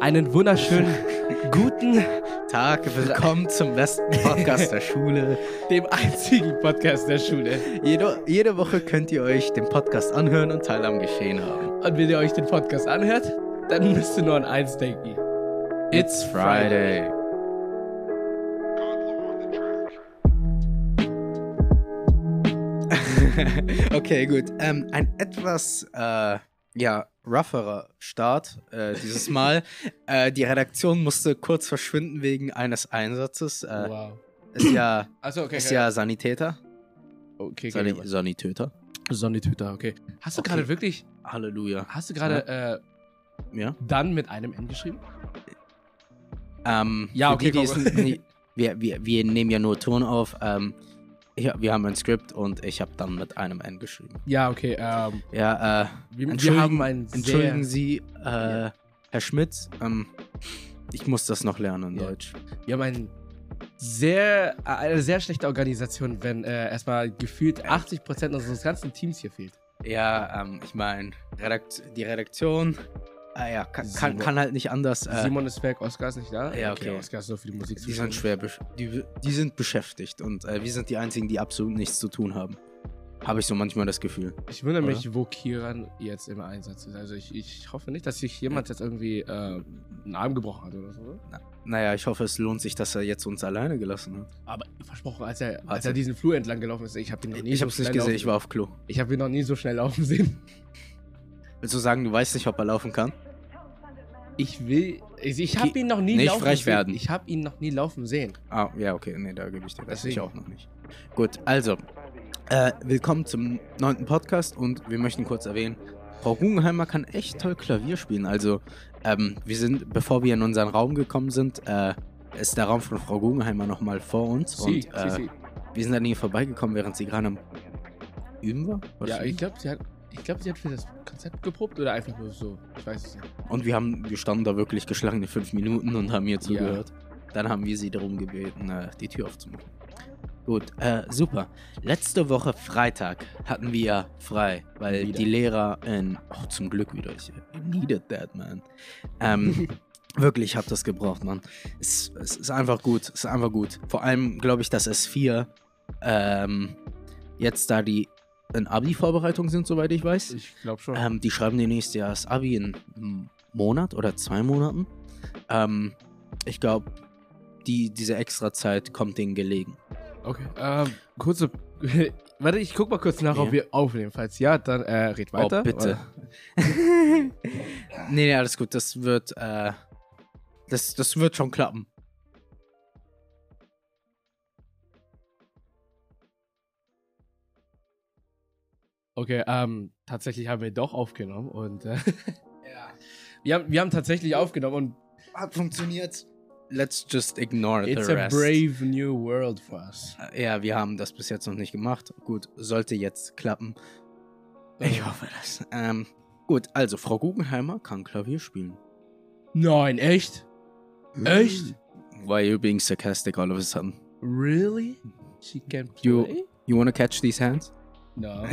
einen wunderschönen guten, Tag, willkommen zum besten Podcast der Schule. dem einzigen Podcast der Schule. Jede, jede Woche könnt ihr euch den Podcast anhören und Teil am Geschehen haben. Und wenn ihr euch den Podcast anhört, dann müsst ihr nur an eins denken. It's Friday. okay, gut. Ähm, ein etwas äh, ja, rougherer Start äh, dieses Mal. äh, die Redaktion musste kurz verschwinden wegen eines Einsatzes. Äh, Wow. Ist ja, Achso, okay. ist ja Sanitäter. okay, Sani Sanitäter. Sonnetüter, okay. Hast du Okay. gerade wirklich, Halleluja. hast du gerade äh, Ja. dann mit einem N geschrieben? Ähm, Ja, für okay, die, die es komm. n- wir, wir, wir nehmen ja nur Ton auf. Ähm, ja, wir haben ein Skript und ich habe dann mit einem N geschrieben. Ja, okay. Ähm, Ja, äh, wir, wir Entschuldigen- haben einen sehr, entschuldigen Sie, äh, Ja. Herr Schmidt, ähm, ich muss das noch lernen in Ja. Deutsch. wir haben einen sehr, eine sehr schlechte Organisation, wenn äh, erstmal gefühlt 80% unseres ganzen Teams hier fehlt. Ja, ähm, ich meine, Redakt die Redaktion äh, ja, kann, kann, Simon. kann halt nicht anders. Äh, Simon ist weg, Oskar ist nicht da. Ja, okay. Oskar ist so für die Musik die sind zuständig. schwer, besch- die, die sind beschäftigt und äh, wir sind die einzigen, die absolut nichts zu tun haben. Habe ich so manchmal das Gefühl. Ich wundere mich, wo Kiran jetzt im Einsatz ist. Also ich, ich hoffe nicht, dass sich jemand jetzt irgendwie äh, einen Arm gebrochen hat oder so. oder? Naja, ich hoffe, es lohnt sich, dass er jetzt uns alleine gelassen hat. Aber versprochen, als er, als Also- er diesen Flur entlang gelaufen ist, ich habe ihn noch nie Ich so hab's schnell nicht gesehen, laufen ich war auf Klo. sehen. Ich habe ihn noch nie so schnell laufen sehen. Willst du sagen, du weißt nicht, ob er laufen kann? Ich will, ich, ich habe ihn noch nie Nicht laufen frech sehen. werden. Ich habe ihn noch nie laufen sehen. Ah, ja, okay, nee, da gebe ich dir recht. Ich Deswegen. auch noch nicht. Gut, also, äh, willkommen zum neunten Podcast und wir möchten kurz erwähnen, Frau Guggenheimer kann echt toll Klavier spielen. Also, ähm, wir sind, bevor wir in unseren Raum gekommen sind, äh, ist der Raum von Frau Guggenheimer nochmal vor uns. und äh, wir sind an ihr vorbeigekommen, während sie gerade am Üben war. Was Ja, war ich das? glaube, sie hat. Ich glaube, sie hat für das Konzept geprobt oder einfach nur so. Ich weiß es nicht. Und wir haben, wir standen da wirklich geschlagene fünf Minuten und haben ihr zugehört. Dann haben wir sie darum gebeten, äh, die Tür aufzumachen. Gut, äh, super. Letzte Woche Freitag hatten wir ja frei, weil Wieder. die Lehrer in. Oh, zum Glück wieder. Ich needed that, man. Ähm, wirklich, ich hab das gebraucht, man. Es, es ist einfach gut. Es ist einfach gut. Vor allem glaube ich, dass S4 ähm, jetzt da die in Abi-Vorbereitung sind, soweit ich weiß. Ich glaube schon. Ähm, die schreiben dir nächstes Jahr das Abi in einem Monat oder zwei Monaten. Ähm, ich glaube, die, diese extra Zeit kommt denen gelegen. Okay. Ähm, kurze. Warte, ich guck mal kurz nach, ob Ja. wir aufnehmen. Falls ja, dann äh, red weiter. oh, bitte. Oder- nee, nee, alles gut. Das wird, äh, das, das wird schon klappen. Okay, ähm, tatsächlich haben wir doch aufgenommen und. Äh, Wir haben, wir haben tatsächlich aufgenommen und Hat funktioniert. Let's just ignore it's the a rest. brave new world for us. Ja, wir haben das bis jetzt noch nicht gemacht. Gut, sollte jetzt klappen. Ich hoffe das. Ähm, gut, also Frau Guggenheimer kann Klavier spielen. Nein, echt? Mm. Echt? Why are you being sarcastic all of a sudden? Really? She can play? You- You wanna catch these hands? No.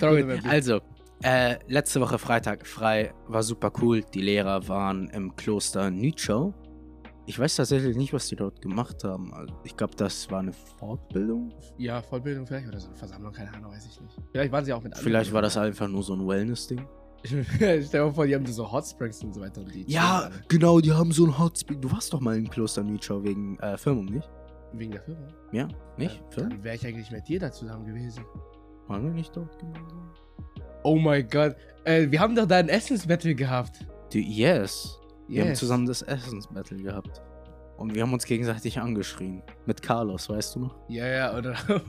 Throw them at me. also, äh, letzte Woche Freitag frei war super cool. Die Lehrer waren im Kloster Nietzsche. Ich weiß tatsächlich nicht, was die dort gemacht haben. Also, ich glaube, das war eine Fortbildung. Ja, Fortbildung vielleicht oder so eine Versammlung, keine Ahnung, weiß ich nicht. Vielleicht waren sie auch mit anderen. Vielleicht war das einfach nur so ein Wellness-Ding. Stell dir mal vor, die haben so Hot Springs und so weiter. und Die Ja, chillen genau, die haben so ein Hot Spring. Du warst doch mal im Kloster Nietzsche wegen äh, Firmung, nicht? Äh, alle. Wegen der Firma. Ja, nicht? Ja, Firmung? dann wäre ich eigentlich mit dir da zusammen gewesen. Waren wir nicht dort gewesen? Oh mein Gott. Äh, wir haben doch da ein Essensbattle gehabt. Die, yes. Wir haben Yes. zusammen das Essensbattle gehabt. Und wir haben uns gegenseitig angeschrien. Mit Carlos, weißt du noch? Ja, ja, oder?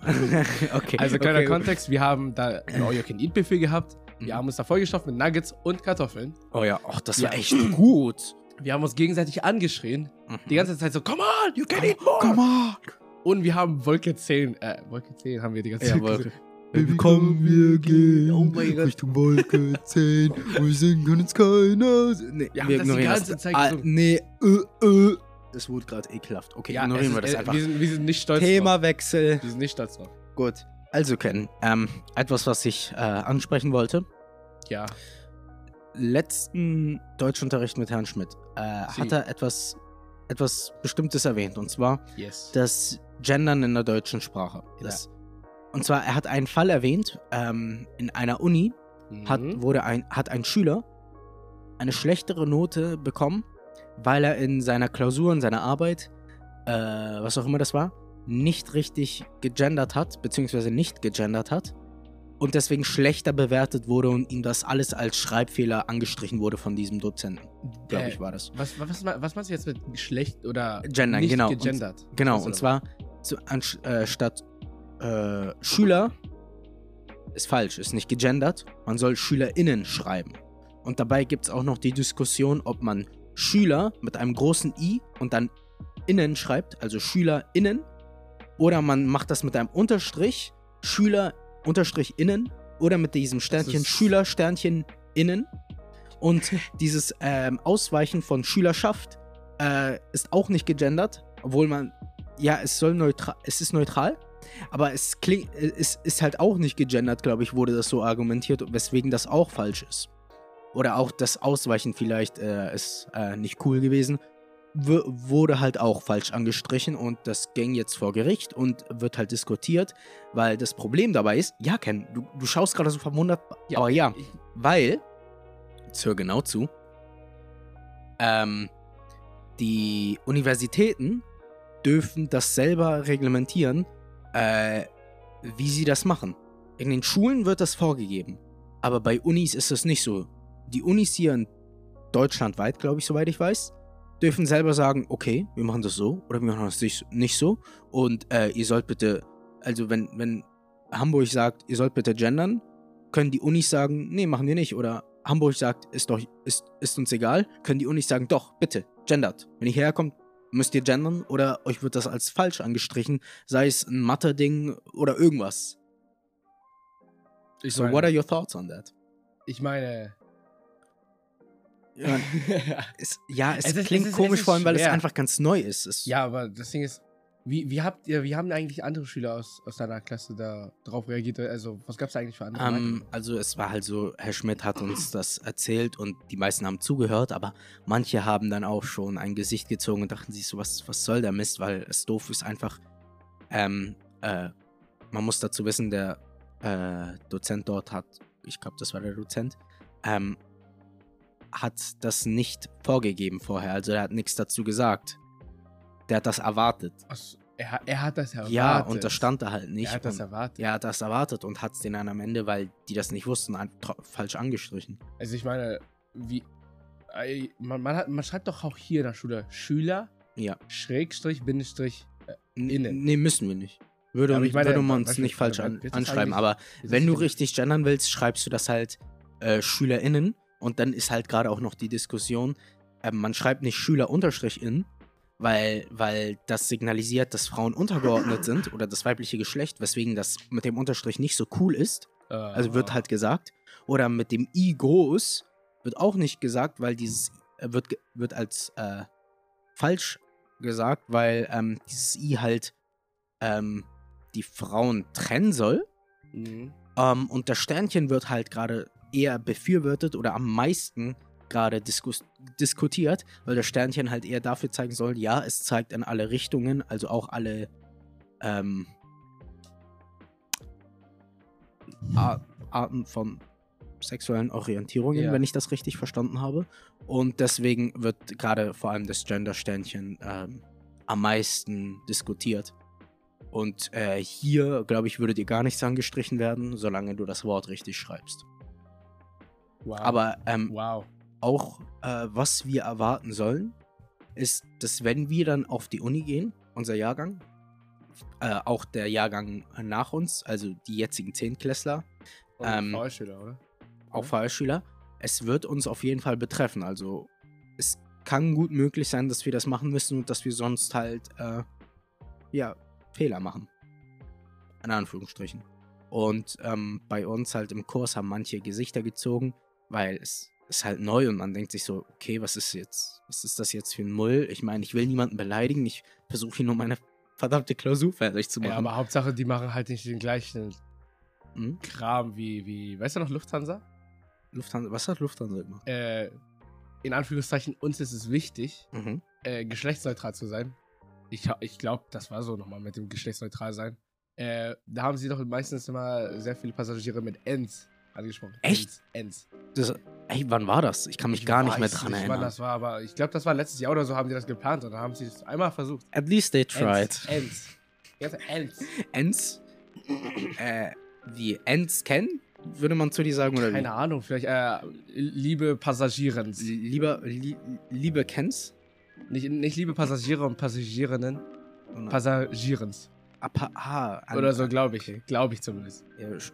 okay. also, kleiner okay. Kontext: Wir haben da ein All You Can Eat Buffet gehabt. Wir Mhm. haben uns da vollgestopft mit Nuggets und Kartoffeln. Oh ja, ach, das war Ja. echt gut. Wir haben uns gegenseitig angeschrien. Mhm. Die ganze Zeit so: Come on, you can Come- eat more. Come on! Und wir haben Wolke 10, äh, Wolke 10 haben wir die ganze Zeit. Ja, gesagt. Wolke. Baby, komm, wir gehen Oh mein Gott. Richtung Wolke 10. Wir sind können uns keiner. se- Nee, Wir haben das die ignorieren ganze Zeit Ah, gesungen. nee, äh, äh. Es wurde gerade ekelhaft. Okay, Ja, es ignorieren ist, wir das äh, einfach. Wir sind, wir sind nicht stolz drauf. Themawechsel. Wir sind nicht stolz drauf. Gut. Also, Ken, ähm, etwas, was ich äh, ansprechen wollte. Ja. letzten Deutschunterricht mit Herrn Schmidt äh, Sie. hat er etwas, etwas Bestimmtes erwähnt. Und zwar Yes. das Gendern in der deutschen Sprache. Das, Und zwar, er hat einen Fall erwähnt, ähm, in einer Uni Mhm. hat, wurde ein, hat ein Schüler eine schlechtere Note bekommen, weil er in seiner Klausur, in seiner Arbeit, äh, was auch immer das war, nicht richtig gegendert hat, beziehungsweise nicht gegendert hat und deswegen schlechter bewertet wurde und ihm das alles als Schreibfehler angestrichen wurde von diesem Dozenten, glaube Äh, ich, war das. was, was, was, was meinst du jetzt mit Geschlecht oder Gendern, nicht genau. Und- gegendert? Genau, Also- und zwar zu, ansch- äh, statt äh, Schüler ist falsch, ist nicht gegendert. Man soll SchülerInnen schreiben. Und dabei gibt es auch noch die Diskussion, ob man Schüler mit einem großen I und dann innen schreibt, also SchülerInnen, oder man macht das mit einem Unterstrich, Schüler, Unterstrich innen, oder mit diesem Sternchen ist- Schüler, Sternchen innen. Und dieses ähm, Ausweichen von Schülerschaft äh, ist auch nicht gegendert, obwohl man, ja, es soll neutral, es ist neutral, aber es klingt, es ist halt auch nicht gegendert, glaube ich, wurde das so argumentiert, weswegen das auch falsch ist. Oder auch das Ausweichen vielleicht äh, ist äh, nicht cool gewesen, w- wurde halt auch falsch angestrichen und das ging jetzt vor Gericht und wird halt diskutiert, weil das Problem dabei ist, ja, Ken, du, du schaust gerade so verwundert, Ja, aber ja, ich- weil, jetzt hör genau zu, ähm, die Universitäten dürfen das selber reglementieren, äh, wie sie das machen. In den Schulen wird das vorgegeben, aber bei Unis ist das nicht so. Die Unis hier in deutschlandweit, glaube ich, soweit ich weiß, dürfen selber sagen, okay, wir machen das so oder wir machen das nicht, nicht so. Und äh, ihr sollt bitte, also wenn, wenn Hamburg sagt, ihr sollt bitte gendern, können die Unis sagen, nee, machen wir nicht. Oder Hamburg sagt, ist doch, ist, ist uns egal, können die Unis sagen, doch, bitte, gendert. Wenn ihr herkommt, müsst ihr gendern oder euch wird das als falsch angestrichen, sei es ein Mathe-Ding oder irgendwas. Ich So, meine, what are your thoughts on that? ich meine Es, ja, es, Es ist- klingt es ist- komisch, es ist vor allem, weil es schwer. einfach ganz neu ist. Es, ja, aber das Ding ist, wie, wie habt ihr, wie haben eigentlich andere Schüler aus, aus deiner Klasse da drauf reagiert? Also, was gab es eigentlich für andere? Ähm, also es war halt so, Herr Schmidt hat uns das erzählt und die meisten haben zugehört, aber manche haben dann auch schon ein Gesicht gezogen und dachten sich so, was, was soll der Mist, weil es doof ist einfach, ähm, äh, man muss dazu wissen, der äh, Dozent dort hat, ich glaube, das war der Dozent, ähm, hat das nicht vorgegeben vorher, also er hat nichts dazu gesagt. Der hat das erwartet. Aus, er, ha- er hat das erwartet. Ja, und das stand da halt nicht. Er hat das und- erwartet. ja, hat das erwartet und hat es denen dann am Ende, weil die das nicht wussten, an- tro- falsch angestrichen. Also, ich meine, wie. Ei, Man, man, hat, man schreibt doch auch hier in der Schule Schüler, Ja. Schrägstrich, Bindestrich. N Innen. Nee, müssen wir nicht. Würde, Ja, aber uns- ich meine, würde man uns Beispiel- nicht falsch an Beispiel- jetzt ist anschreiben. eigentlich- Aber wenn du richtig richtig gendern willst, schreibst du das halt äh, SchülerInnen. Und dann ist halt gerade auch noch die Diskussion, ähm, man schreibt nicht Schüler-In, weil, weil das signalisiert, dass Frauen untergeordnet sind oder das weibliche Geschlecht, weswegen das mit dem Unterstrich nicht so cool ist. Äh, Also wird halt gesagt. Oder mit dem I groß wird auch nicht gesagt, weil dieses äh, wird, ge- wird als äh, falsch gesagt, weil ähm, dieses I halt ähm, die Frauen trennen soll. Mhm. Ähm, und das Sternchen wird halt gerade eher befürwortet oder am meisten gerade diskus diskutiert, weil das Sternchen halt eher dafür zeigen soll, ja, es zeigt in alle Richtungen, also auch alle ähm, Ar Arten von sexuellen Orientierungen, Ja. wenn ich das richtig verstanden habe. Und deswegen wird gerade vor allem das Gender-Sternchen ähm, am meisten diskutiert. Und äh, hier, glaube ich, würde dir gar nichts angestrichen werden, solange du das Wort richtig schreibst. Wow. Aber ähm, Wow. auch, äh, was wir erwarten sollen, ist, dass wenn wir dann auf die Uni gehen, unser Jahrgang, äh, auch der Jahrgang nach uns, also die jetzigen Zehntklässler, Und Ähm, Faulschüler, oder? Mhm. auch Fahrschüler, es wird uns auf jeden Fall betreffen. Also es kann gut möglich sein, dass wir das machen müssen und dass wir sonst halt, äh, ja, Fehler machen. In Anführungsstrichen. Und ähm, bei uns halt im Kurs haben manche Gesichter gezogen, weil es ist halt neu und man denkt sich so, okay, was ist jetzt, was ist das jetzt für ein Mull? Ich meine, ich will niemanden beleidigen, ich versuche hier nur meine verdammte Klausur fertig zu Ja, machen. aber Hauptsache, die machen halt nicht den gleichen Hm? Kram wie, wie weißt du noch, Lufthansa? Lufthansa, was hat Lufthansa gemacht? äh, in Anführungszeichen, uns ist es wichtig, Mhm. äh, geschlechtsneutral zu sein. Ich, ha- ich glaube, das war so nochmal mit dem geschlechtsneutral sein. Äh, da haben sie doch meistens immer sehr viele Passagiere mit Ends angesprochen. Echt? Ends. Ends. Das, ey, wann war das? Ich kann mich gar nicht mehr weiß dran nicht, erinnern. Wann das war, aber ich glaube, das war letztes Jahr oder so, haben die das geplant und dann haben sie es einmal versucht. At least they Ends. Ends. Jetzt Ends. Ents? äh, wie Ents kennen? Würde man zu dir sagen oder Keine Ahnung, vielleicht äh, liebe Passagierens. wie? Lieber, li, lieber Kens? Nicht, nicht liebe Passagiere und Passagierinnen. Pass Passagierens. ah, an- Oder so, glaube ich. Glaube ich zumindest. Ja, sch-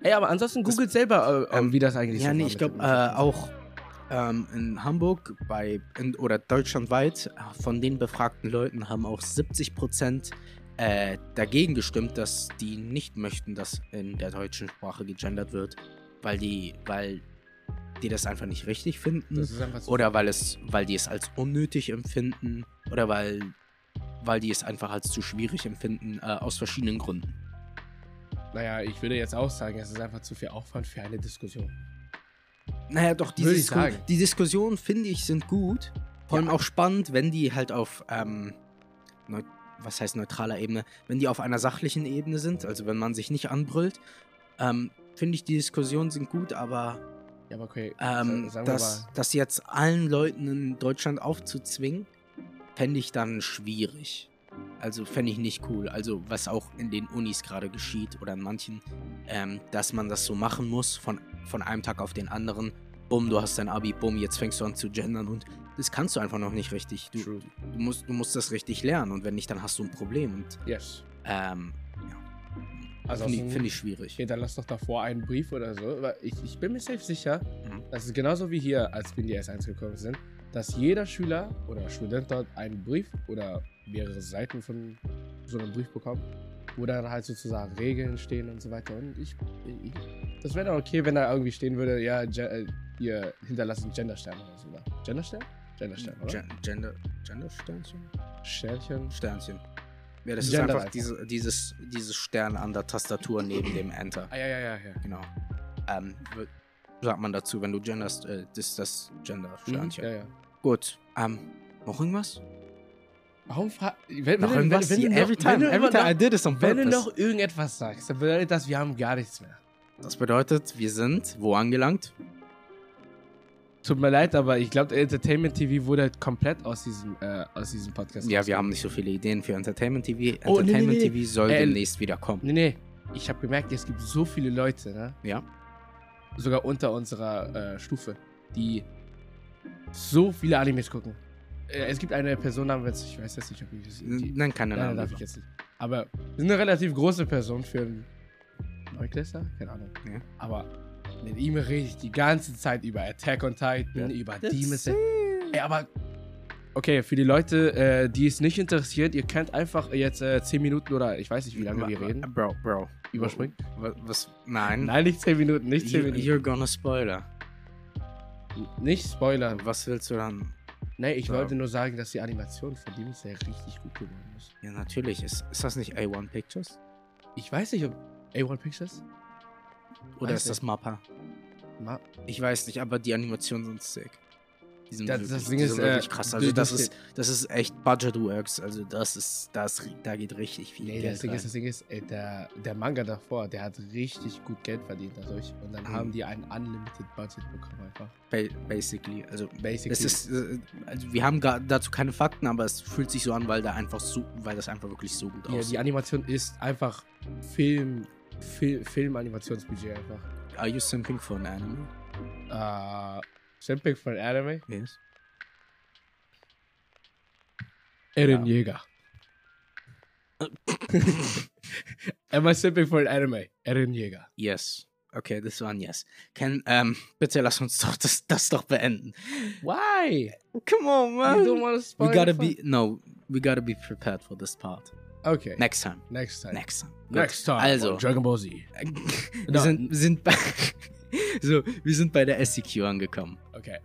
Ey, aber ansonsten Das- googelt selber, äh, ähm, wie das eigentlich ja so nee, war ich mit glaube dem- äh, auch ähm, in Hamburg bei in, oder deutschlandweit äh, von den befragten Leuten haben auch 70 Prozent äh, dagegen gestimmt, dass die nicht möchten, dass in der deutschen Sprache gegendert wird, weil die, weil die das einfach nicht richtig finden. Das ist einfach so. hm. oder weil es, weil die es als unnötig empfinden oder weil, weil die es einfach als zu schwierig empfinden äh, aus verschiedenen Gründen. Naja, ich würde jetzt auch sagen, es ist einfach zu viel Aufwand für eine Diskussion. Naja, doch die, Würde ich Disku sagen. die Diskussionen finde ich sind gut, vor allem auch spannend, wenn die halt auf ähm, neu was heißt neutraler Ebene, wenn die auf einer sachlichen Ebene sind, also wenn man sich nicht anbrüllt, ähm, finde ich die Diskussionen sind gut, aber Ja, aber okay. Ähm, sa- sagen wir das, mal. das jetzt allen Leuten in Deutschland aufzuzwingen, fände ich dann schwierig. Also fände ich nicht cool. Also was auch in den Unis gerade geschieht oder in manchen, ähm, dass man das so machen muss von, von einem Tag auf den anderen. Bumm, du hast dein Abi, bumm, jetzt fängst du an zu gendern und das kannst du einfach noch nicht richtig. Du, du, True. musst, du musst das richtig lernen und wenn nicht, dann hast du ein Problem. Und Yes. ähm, Also finde ich, find ich schwierig. Okay, dann lass doch davor einen Brief oder so. Aber ich, ich bin mir safe sicher, Mhm. dass es genauso wie hier, als wir in die S1 gekommen sind, dass jeder Schüler oder Student dort einen Brief oder mehrere Seiten von so einem Brief bekommt, wo dann halt sozusagen Regeln stehen und so weiter. Und ich, ich das wäre dann okay, wenn da irgendwie stehen würde, ja, Ge äh, ihr hinterlasst einen Genderstern oder so. oder? Genderstern? Genderstern, oder? Gen- Gender, Gender-Sternchen? Sternchen. Sternchen. Ja, das ist Gender einfach Life. diese, dieses, dieses Stern an der Tastatur neben dem Enter. Ah, ja, ja, ja, ja. Genau. Ähm, w- sagt man dazu, wenn du genderst, äh, das ist das Gender-Sternchen. Mhm, Ja, ja. Gut. Ähm, noch irgendwas? Warum fra- wenn, Noch wenn- irgendwas? wenn- wenn- Yeah, every wenn- wenn- time, every wenn- time I did this on Wenn du purpose. noch irgendetwas sagst, dann bedeutet das, wir haben gar nichts mehr. Das bedeutet, wir sind wo angelangt? Tut mir leid, aber ich glaube, Entertainment TV wurde halt komplett aus diesem, äh, aus diesem Podcast. Ja, wir haben nicht so viele Ideen für Entertainment TV. Oh, nee, nee, Entertainment nee. TV soll Äh, demnächst wieder kommen. Nee, nee. Ich habe gemerkt, es gibt so viele Leute, ne? Ja. Sogar unter unserer äh, Stufe, die so viele Animes gucken. Äh, es gibt eine Person namens, ich weiß jetzt nicht, ob ich das. Die, Nein, keine nein, nein, darf Ahnung. ich jetzt nicht. Aber es ist eine relativ große Person für einen Neuklässler? Keine Ahnung. Ja. Aber mit ihm rede ich die ganze Zeit über Attack on Titan, Ja. über Demon Slayer. Ey, aber. Okay, für die Leute, äh, die es nicht interessiert, ihr könnt einfach jetzt äh, 10 Minuten oder ich weiß nicht, wie lange wir reden, Bro, Bro. überspringen. Wa- Was? Nein. Nein, nicht 10 Minuten, nicht 10 You, Minuten. you're gonna spoiler. Nicht spoilern. Was willst du dann? Nein, ich Ja. wollte nur sagen, dass die Animation von Demon Slayer richtig gut geworden ist. Ja, natürlich. Ist, ist das nicht A1 Pictures? Ich weiß nicht, ob A1 Pictures? Oder Weiß ist das nicht. Mappa? Ma Ich weiß nicht, aber die Animationen sind sick. Die sind, Das- wirklich, das Ding die ist, sind äh, wirklich krass. Also du- das du- ist, das ist echt Budget Works. Also das ist, das, da geht richtig viel nee, Geld das Ding, rein. ist, das Ding ist, äh, der, der Manga davor, der hat richtig gut Geld verdient dadurch. Und dann Mhm. haben die einen Unlimited Budget bekommen einfach. Ba- basically. Also Basically. es ist, äh, also wir haben gar, dazu keine Fakten, aber es fühlt sich so an, weil da einfach so, weil das einfach wirklich so gut ja, aussieht. die Animation ist einfach Film, Film, Film-Animationsbudget einfach. Are you simping for an anime? äh, Simping von Anime? Yes. Eren Jäger. Am I simping for an anime? Eren Jäger. Yes. Okay, das war ein Yes. Ken, ähm, bitte lass uns doch das, das doch beenden. Why? Come on, man. you don't want to spoil We gotta the be no, we gotta be prepared for this part. fun? Okay. Next time. Next time. Next time. Gut. Next time. Also, on Dragon Ball Z. wir No. sind, wir sind bei so, wir sind bei der SEQ angekommen. Okay.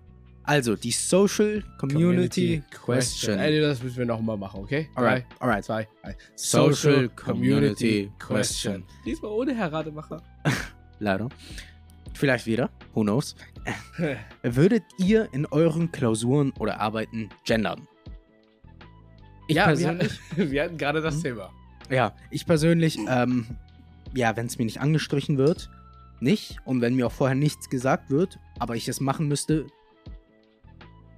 Also, die Social Community, Question. Ey, das müssen wir nochmal machen, okay? Alright, Drei, alright. zwei, eins. Social Community Question. Diesmal ohne Herr Rademacher. Leider. vielleicht wieder, who knows, würdet ihr in euren Klausuren oder Arbeiten gendern? Ich ja, wir, persönlich, wir hatten gerade das Mhm. Thema. ja, ich persönlich, ähm, ja, wenn es mir nicht angestrichen wird, nicht. Und wenn mir auch vorher nichts gesagt wird, aber ich es machen müsste,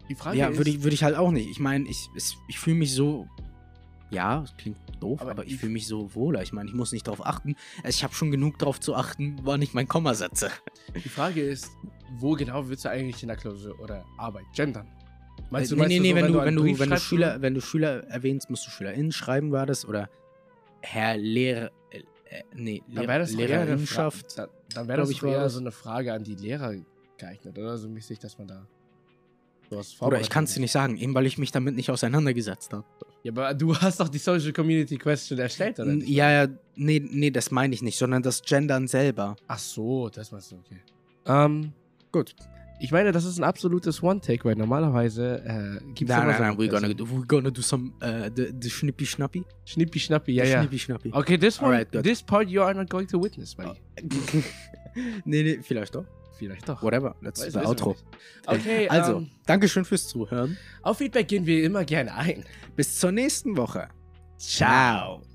Die Frage ja, ist, würde ich, würd ich halt auch nicht. Ich meine, ich, es- ich fühle mich so. Ja, es klingt doof, aber, Aber ich ich- fühle mich so wohler. Ich meine, ich muss nicht drauf achten. Also Ich habe schon genug drauf zu achten, wann ich mein Komma setze. die Frage ist, wo genau willst du eigentlich in der Klausur oder Arbeit gendern? Äh, nee, nee, nee, so, wenn, du, einen wenn, du, Brief wenn, du schreibst, Schüler, wenn du Schüler erwähnst, musst du SchülerInnen schreiben, war das? Oder Herr Lehrer. Äh, äh, nee, dann Lehrer, wäre das doch eher eine Fra- Lehrerinnenschaft. dann, dann wäre das glaub ich, doch war eher das- so eine Frage an die Lehrer geeignet, oder? So mäßig, dass man da sowas Oder ich kann es dir nicht sagen, eben weil ich mich damit nicht auseinandergesetzt habe. Ja, aber du hast doch die Social Community Question erstellt, oder? nicht? Ja, ja, nee, nee, das meine ich nicht, sondern das Gendern selber. Ach so, das meinst du, okay. Ähm, Gut. ich meine, das ist ein absolutes One-Take, weil normalerweise äh, gibt es Nein, nein, nein, we're also gonna, do, we're gonna do some, äh, the, the schnippi-schnappi. Schnippi-Schnappi, ja, The ja. Schnippi-schnappi. Okay, this one, Alright, good. this part you are not going to witness, buddy. nee, nee, vielleicht doch. Vielleicht doch. Whatever, let's do Weiß- the wissen wir outro. nicht. Okay, Also, ähm, Dankeschön fürs Zuhören. auf Feedback gehen wir immer gerne ein. Bis zur nächsten Woche. Ciao.